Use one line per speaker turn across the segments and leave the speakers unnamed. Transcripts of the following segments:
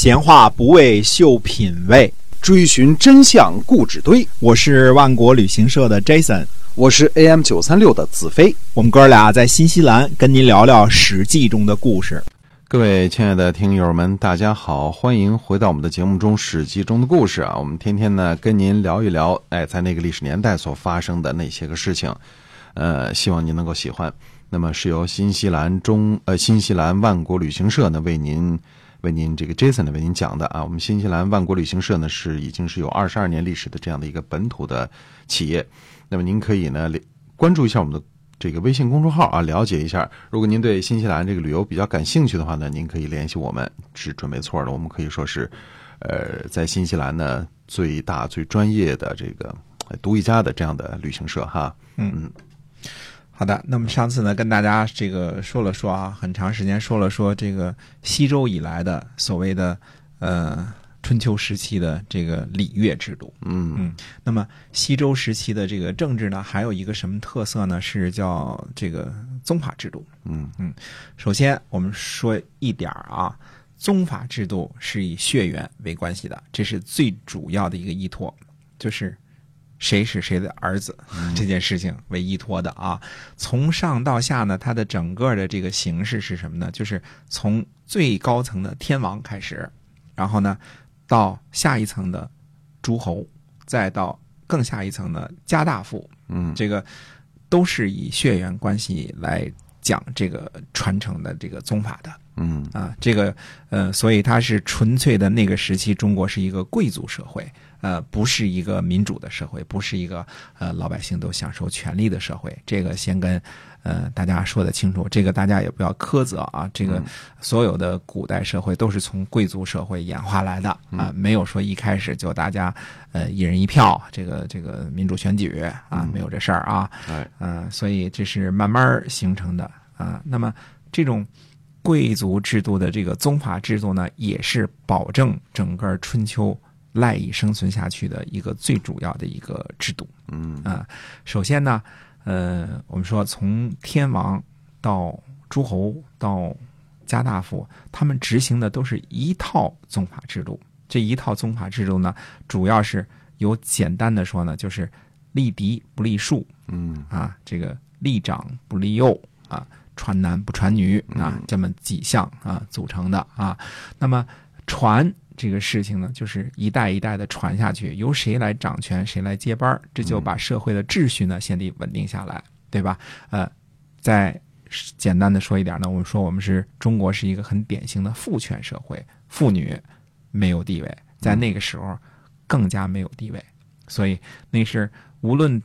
闲话不为秀品味，
追寻真相固执堆。
我是万国旅行社的 Jason，
我是 AM 九三六的子飞。
我们哥俩在新西兰跟您聊聊《史记》中的故事。
各位亲爱的听友们，大家好，欢迎回到我们的节目中《史记》中的故事啊！我们天天呢跟您聊一聊，哎，在那个历史年代所发生的那些个事情，呃，希望您能够喜欢。那么是由新西兰中呃新西兰万国旅行社呢为您为您这个 Jason 呢为您讲的啊，我们新西兰万国旅行社呢是已经是有二十二年历史的这样的一个本土的企业，那么您可以呢了关注一下我们的这个微信公众号啊，了解一下。如果您对新西兰这个旅游比较感兴趣的话呢，您可以联系我们，是准没错的。我们可以说是，呃，在新西兰呢最大最专业的这个呃独一家的这样的旅行社哈。
好的，那么上次呢，跟大家这个说了说啊，很长时间说了说这个西周以来的所谓的呃春秋时期的这个礼乐制度。
嗯
那么西周时期的这个政治呢，还有一个什么特色呢？是叫这个宗法制度。
嗯
首先，我们说一点儿啊，宗法制度是以血缘为关系的，这是最主要的一个依托，就是谁是谁的儿子、这件事情为依托的啊。从上到下呢，它的整个的这个形式是什么呢？就是从最高层的天王开始，然后呢，到下一层的诸侯，再到更下一层的家大夫，
嗯
这个都是以血缘关系来讲这个传承的这个宗法的
嗯
啊，这个呃，所以它是纯粹的那个时期，中国是一个贵族社会，呃，不是一个民主的社会，不是一个呃老百姓都享受权利的社会。这个先跟呃大家说的清楚，这个大家也不要苛责啊，这个所有的古代社会都是从贵族社会演化来的啊，没有说一开始就大家呃一人一票，这个这个民主选举啊，没有这事儿啊，
哎，
呃，所以这是慢慢儿形成的啊。那么这种贵族制度的这个宗法制度呢，也是保证整个春秋赖以生存下去的一个最主要的一个制度。
嗯
啊，首先呢，呃，我们说从天王到诸侯到家大夫，他们执行的都是一套宗法制度。这一套宗法制度呢，主要是由简单的说呢，就是立嫡不立庶
嗯
啊，这个立长不立幼啊，传男不传女啊，这么几项啊组成的啊。那么传这个事情呢，就是一代一代的传下去，由谁来掌权，谁来接班儿，这就把社会的秩序呢先得稳定下来，对吧？呃，再简单的说一点呢，我们说我们是中国是一个很典型的父权社会，妇女没有地位，在那个时候更加没有地位，所以那是无论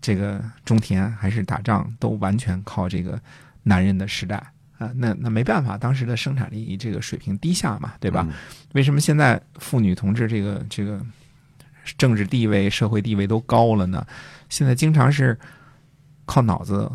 这个种田还是打仗，都完全靠这个男人的时代啊、那那没办法，当时的生产力这个水平低下嘛，对吧？为什么现在妇女同志这个这个政治地位、社会地位都高了呢？现在经常是靠脑子，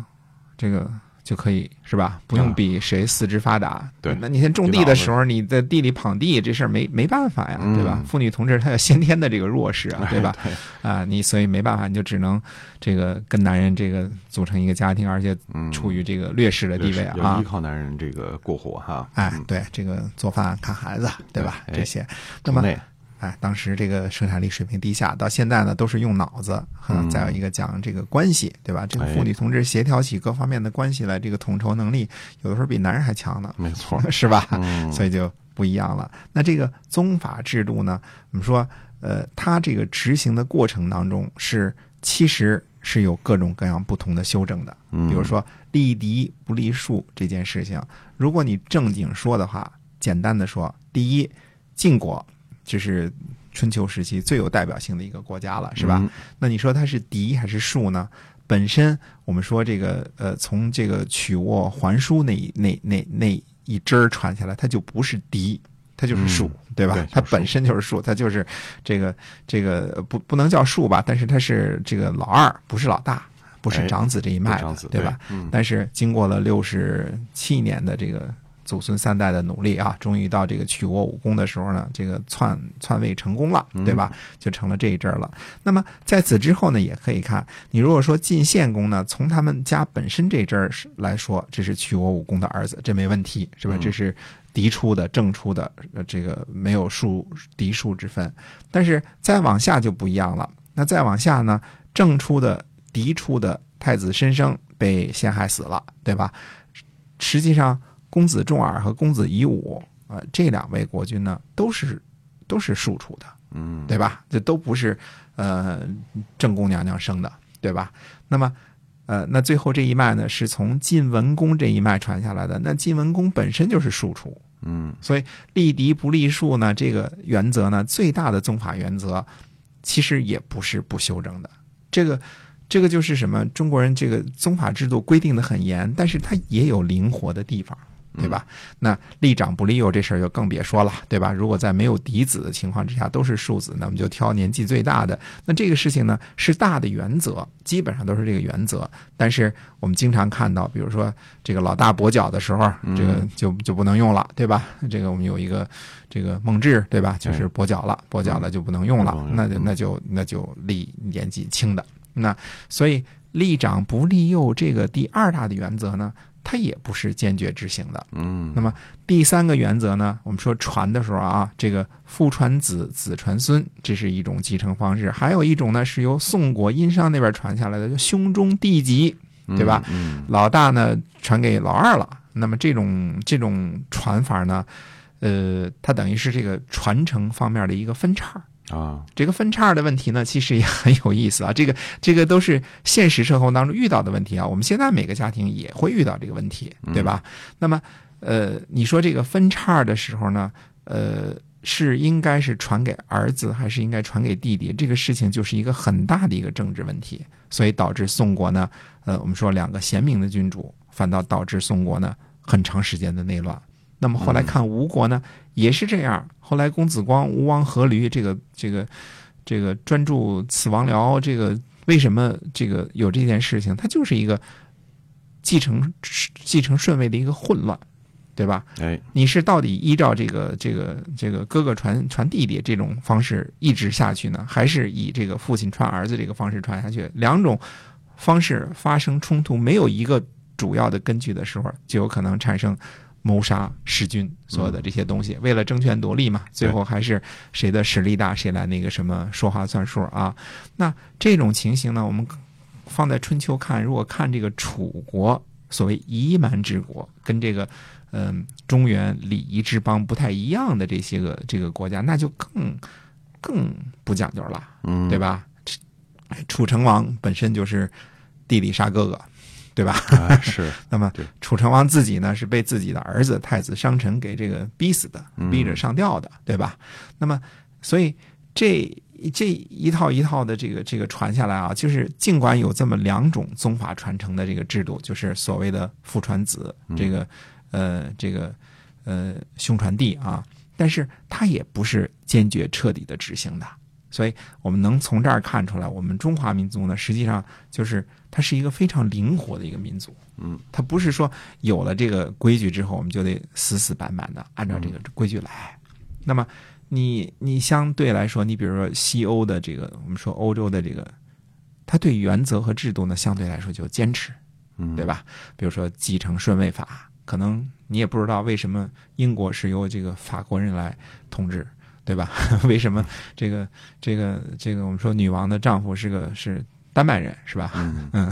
这个就可以是吧？不用比谁四肢发达。
啊对
那你先种地的时候，你在地里滂地这事儿没没办法呀，
嗯
对吧？妇女同志她有先天的这个弱势 啊，对吧？
对
啊，你所以没办法，你就只能这个跟男人这个组成一个家庭，而且
嗯，
处于这个劣势的地位
就是要
啊
依。靠男人这个过活哈。
哎
嗯，
对，这个做饭、看孩子，对吧？
哎
这些，那
国
么
内
哎，当时这个生产力水平低下，到现在呢都是用脑子，嗯，
嗯
再有一个讲这个关系，对吧？这个
哎
妇女同志协调起各方面的关系来，这个统筹能力有的时候比男人还强呢，
没错，
是吧？
嗯
所以就不一样了。那这个宗法制度呢，我们说，呃，它这个执行的过程当中是其实是有各种各样不同的修正的，
嗯
比如说立嫡不立庶这件事情，如果你正经说的话，简单的说，第一，晋国就是春秋时期最有代表性的一个国家了，是吧？
嗯
那你说它是嫡还是庶呢？本身我们说这个呃，从这个曲沃还书那一那那那一支儿传下来，它就不是嫡，它就是庶，对吧？
嗯对就是
它
庶
本身就是庶，它就是这个这个呃不不能叫庶吧，但是它是这个老二，不是老大，不是
哎
长子这一脉
不
的，
长子
对吧？？
嗯
但是经过了六十七年的这个祖孙三代的努力啊，终于到这个曲沃武功的时候呢，这个篡篡位成功了，对吧？就成了这一阵儿了。那么在此之后呢，也可以看，你如果说晋献公呢，从他们家本身这阵儿是来说，这是曲沃武功的儿子，这没问题，是吧？这是嫡出的、正出的，呃，这个没有庶嫡庶之分。但是再往下就不一样了，那再往下呢，正出的、嫡出的太子申生被陷害死了，对吧？实际上，公子重耳和公子夷吾，呃，这两位国君呢，都是都是庶出的，
嗯，
对吧？这都不是呃正宫娘娘生的，对吧？那么。呃，那最后这一脉呢，是从晋文公这一脉传下来的。那晋文公本身就是庶出，
嗯
所以立嫡不立庶呢，这个原则呢，最大的宗法原则，其实也不是不修正的。这个，这个就是什么？中国人这个宗法制度规定的很严，但是它也有灵活的地方，对吧？那立长不立幼这事儿就更别说了，对吧？如果在没有嫡子的情况之下都是庶子，那么就挑年纪最大的。那这个事情呢，是大的原则，基本上都是这个原则。但是我们经常看到，比如说这个老大跛脚的时候，这个就就不能用了，对吧？这个我们有一个这个孟志，对吧？就是跛脚了，跛脚了就不能用了
嗯，
那就那就那就立年纪轻的。那所以立长不立幼这个第二大的原则呢，它也不是坚决执行的。
嗯
那么第三个原则呢，我们说传的时候啊，这个父传子，子传孙，这是一种继承方式；还有一种呢，是由宋国殷商那边传下来的，就兄终弟及，对吧？
嗯
老大呢传给老二了。那么这种这种传法呢，呃，它等于是这个传承方面的一个分叉。
啊，
这个分叉的问题呢，其实也很有意思啊。这个这个都是现实生活当中遇到的问题啊。我们现在每个家庭也会遇到这个问题，对吧？那么，呃，你说这个分叉的时候呢，呃，是应该是传给儿子，还是应该传给弟弟？这个事情就是一个很大的一个政治问题，所以导致宋国呢，呃，我们说两个贤明的君主，反倒导致宋国呢很长时间的内乱。那么后来看吴国呢，也是这样。后来公子光、吴王阖闾这个这个这个专注此王僚，这个为什么这个有这件事情？它就是一个继承继承顺位的一个混乱，对吧？
哎，
你是到底依照这个这个这个哥哥传传弟弟这种方式一直下去呢，还是以这个父亲传儿子这个方式传下去？两种方式发生冲突，没有一个主要的根据的时候，就有可能产生谋杀、弑君所有的这些东西。为了争权夺利嘛，最后还是谁的实力大，谁来那个什么说话算数啊？那这种情形呢，我们放在春秋看，如果看这个楚国所谓夷蛮之国，跟这个嗯、中原礼仪之邦不太一样的这些个这个国家，那就更更不讲究了，
嗯，
对吧？这楚成王本身就是弟弟杀哥哥，对吧？
哎是，
那么
对
楚成王自己呢是被自己的儿子太子商臣给这个逼死的，逼着上吊的，对吧？那么所以这这一套一套的这个这个传下来啊，就是尽管有这么两种宗法传承的这个制度，就是所谓的父传子，这个呃这个呃兄传弟啊，但是它也不是坚决彻底的执行的。所以我们能从这儿看出来，我们中华民族呢，实际上就是它是一个非常灵活的一个民族。它不是说有了这个规矩之后，我们就得死死板板的按照这个规矩来。那么你你相对来说，你比如说西欧的这个，我们说欧洲的这个，它对原则和制度呢，相对来说就坚持，
嗯
对吧？比如说继承顺位法，可能你也不知道为什么英国是由这个法国人来统治，对吧？ 为什么这个这个这个我们说女王的丈夫是个是丹麦人是吧？
嗯
嗯，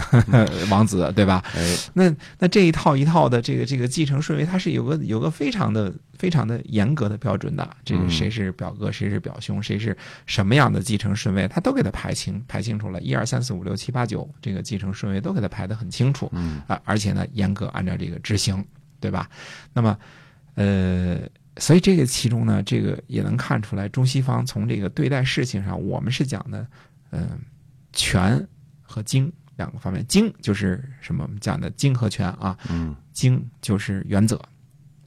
王子对吧？
哎，
那那这一套一套的这个这个继承顺位，它是有个有个非常的非常的严格的标准的。这个谁是表哥，谁是表兄，谁是什么样的继承顺位，它都给它排清排清楚了。一二三四五六七八九，这个继承顺位都给它排得很清楚。
嗯
啊，而且呢，严格按照这个执行，对吧？那么，呃，所以这个其中呢，这个也能看出来，中西方从这个对待事情上，我们是讲的，嗯、权和精两个方面。精就是什么？我们讲的精和权啊，
嗯
精就是原则，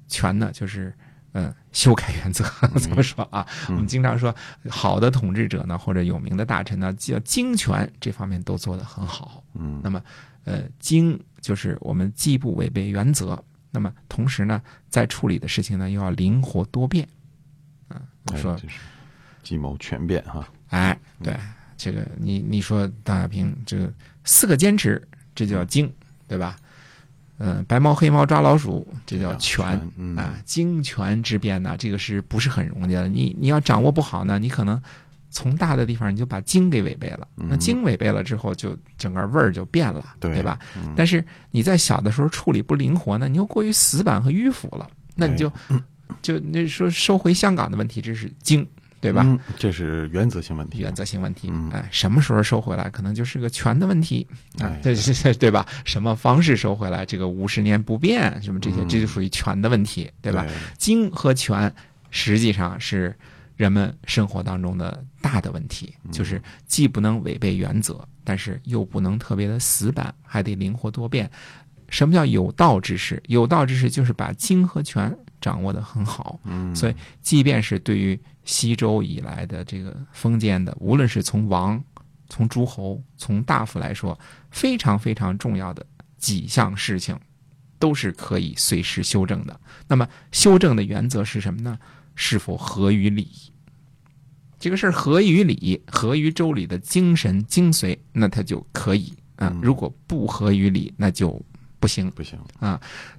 权呢就是呃修改原则。 怎么说啊？我们经常说，好的统治者呢，或者有名的大臣呢，叫精权这方面都做得很好。
嗯
那么，呃，精就是我们既不违背原则，那么同时呢，在处理的事情呢又要灵活多变，啊，我
哎
说，
这是计谋全变哈，
哎，对，这个你你说邓小平这个四个坚持，这就叫精，对吧？嗯、白猫黑猫抓老鼠，这叫全
全嗯
啊，精权之变呢，这个是不是很容易的？你你要掌握不好呢，你可能从大的地方你就把精给违背了，那精违背了之后，就整个味儿就变了，
嗯对嗯
对吧？但是你在小的时候处理不灵活呢，你又过于死板和迂腐了，那你就、 就那说收回香港的问题，这是精，对吧？
嗯？这是原则性问题，
原则性问题
嗯，
哎，什么时候收回来，可能就是个权的问题啊
哎，
对对对对吧？什么方式收回来，这个五十年不变，什么这些，
嗯
这就属于权的问题，对吧？经和权实际上是人们生活当中的大的问题，就是既不能违背原则，但是又不能特别的死板，还得灵活多变。什么叫有道之士？有道之士就是把经和权掌握的很好，
嗯，
所以，即便是对于西周以来的这个封建的，无论是从王、从诸侯、从大夫来说，非常非常重要的几项事情，都是可以随时修正的。那么，修正的原则是什么呢？是否合于礼？这个事儿合于礼，合于周礼的精神精髓，那它就可以啊、
嗯
如果不合于礼，那就不行。
不行，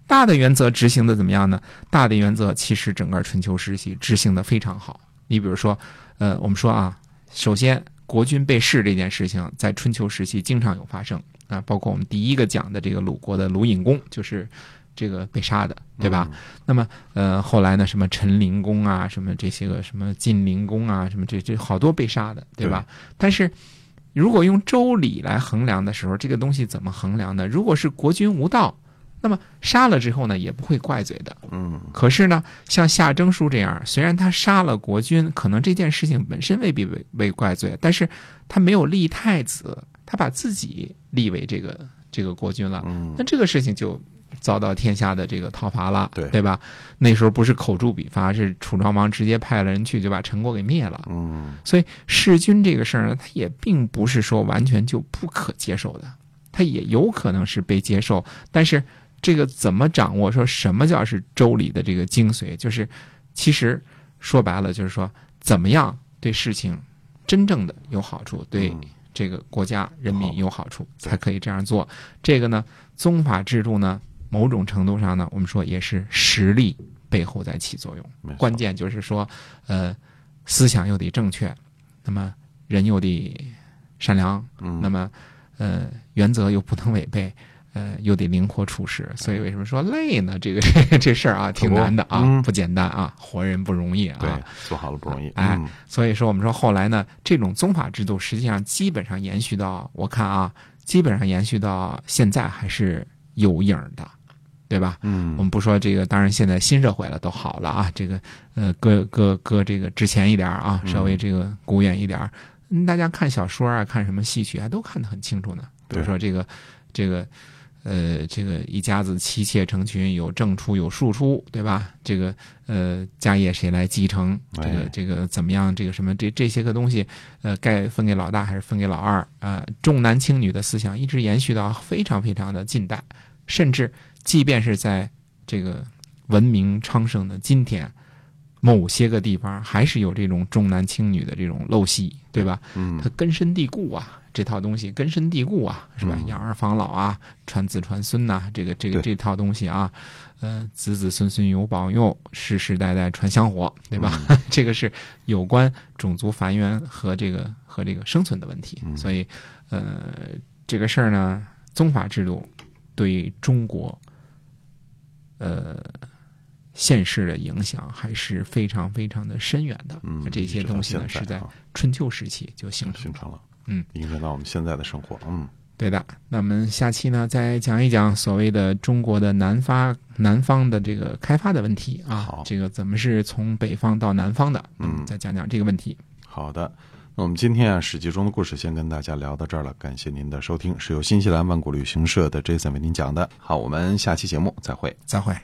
大的原则执行的怎么样呢？大的原则其实整个春秋时期执行的非常好。你比如说，呃，我们说啊，首先国君被弑这件事情，在春秋时期经常有发生啊，包括我们第一个讲的这个鲁国的鲁隐公，就是这个被杀的，对吧？那么呃，后来呢，什么陈灵公啊，什么这些个什么晋灵公啊，什么这这好多被杀的，对吧？但是。如果用周礼来衡量的时候，这个东西怎么衡量呢？如果是国君无道，那么杀了之后呢，也不会怪罪的。
嗯，
可是呢，像夏征舒这样，虽然他杀了国君，可能这件事情本身未必被被怪罪，但是他没有立太子，他把自己立为这个这个国君了。
嗯
啊那这个事情就遭到天下的这个讨伐了，
对
吧？那时候不是口诛笔伐，是楚庄王直接派了人去就把陈国给灭了。
嗯，
所以弑君这个事儿呢，它也并不是说完全就不可接受的，它也有可能是被接受，但是这个怎么掌握？说什么叫是周礼的这个精髓？就是其实说白了，就是说怎么样对事情真正的有好处，对
嗯
这个国家人民
好
有好处，
对
才可以这样做。这个呢，宗法制度呢，某种程度上呢，我们说也是实力背后在起作用。
没错
关键就是说，呃，思想又得正确，那么人又得善良，
嗯
那么呃原则又不能违背，呃又得灵活处事。
嗯
所以为什么说累呢？这个 这事儿啊，挺难的啊，
嗯
不简单啊，活人不容易啊。
对，做好了不容易，
哎
嗯，
所以说，我们说后来呢，这种宗法制度实际上基本上延续到我看啊，基本上延续到现在还是有影儿的，对吧？我
嗯，
们不说这个，当然现在新社会了都好了啊，这个呃，搁搁搁这个之前一点儿啊，稍微这个古远一点儿。嗯大家看小说啊，看什么戏曲啊，都看得很清楚呢。比如
对
说这个这个呃，这个一家子妻妾成群，有正出有庶出，对吧？这个呃，家业谁来继承？这个、
哎
这个怎么样？这个什么这这些个东西，呃，该分给老大还是分给老二？啊、重男轻女的思想一直延续到非常非常的近代，甚至即便是在这个文明昌盛的今天，某些个地方还是有这种重男轻女的这种陋习，对吧？
嗯
它根深蒂固啊，这套东西根深蒂固啊，是吧？
嗯
养儿防老啊，传子传孙呐、这个这个
对
这套东西啊，呃，子子孙孙有保佑，世世代代传香火，对吧？
嗯
这个是有关种族繁衍和这个和这个生存的问题，
嗯
所以，呃，这个事儿呢，宗法制度对中国，呃。现世的影响还是非常非常的深远的，
嗯，
这些东西呢
一直
是
到现
在
啊
春秋时期就形成
形
了。
成了，
嗯，
影响到我们现在的生活，嗯，
对的，那我们下期呢再讲一讲所谓的中国的南发南方的这个开发的问题啊
好，
这个怎么是从北方到南方的？
嗯
再讲讲这个问题。
好的，那我们今天啊《史记》中的故事先跟大家聊到这儿了，感谢您的收听，是由新西兰万古旅行社的 Jason 为您讲的。好，我们下期节目再会。
再会。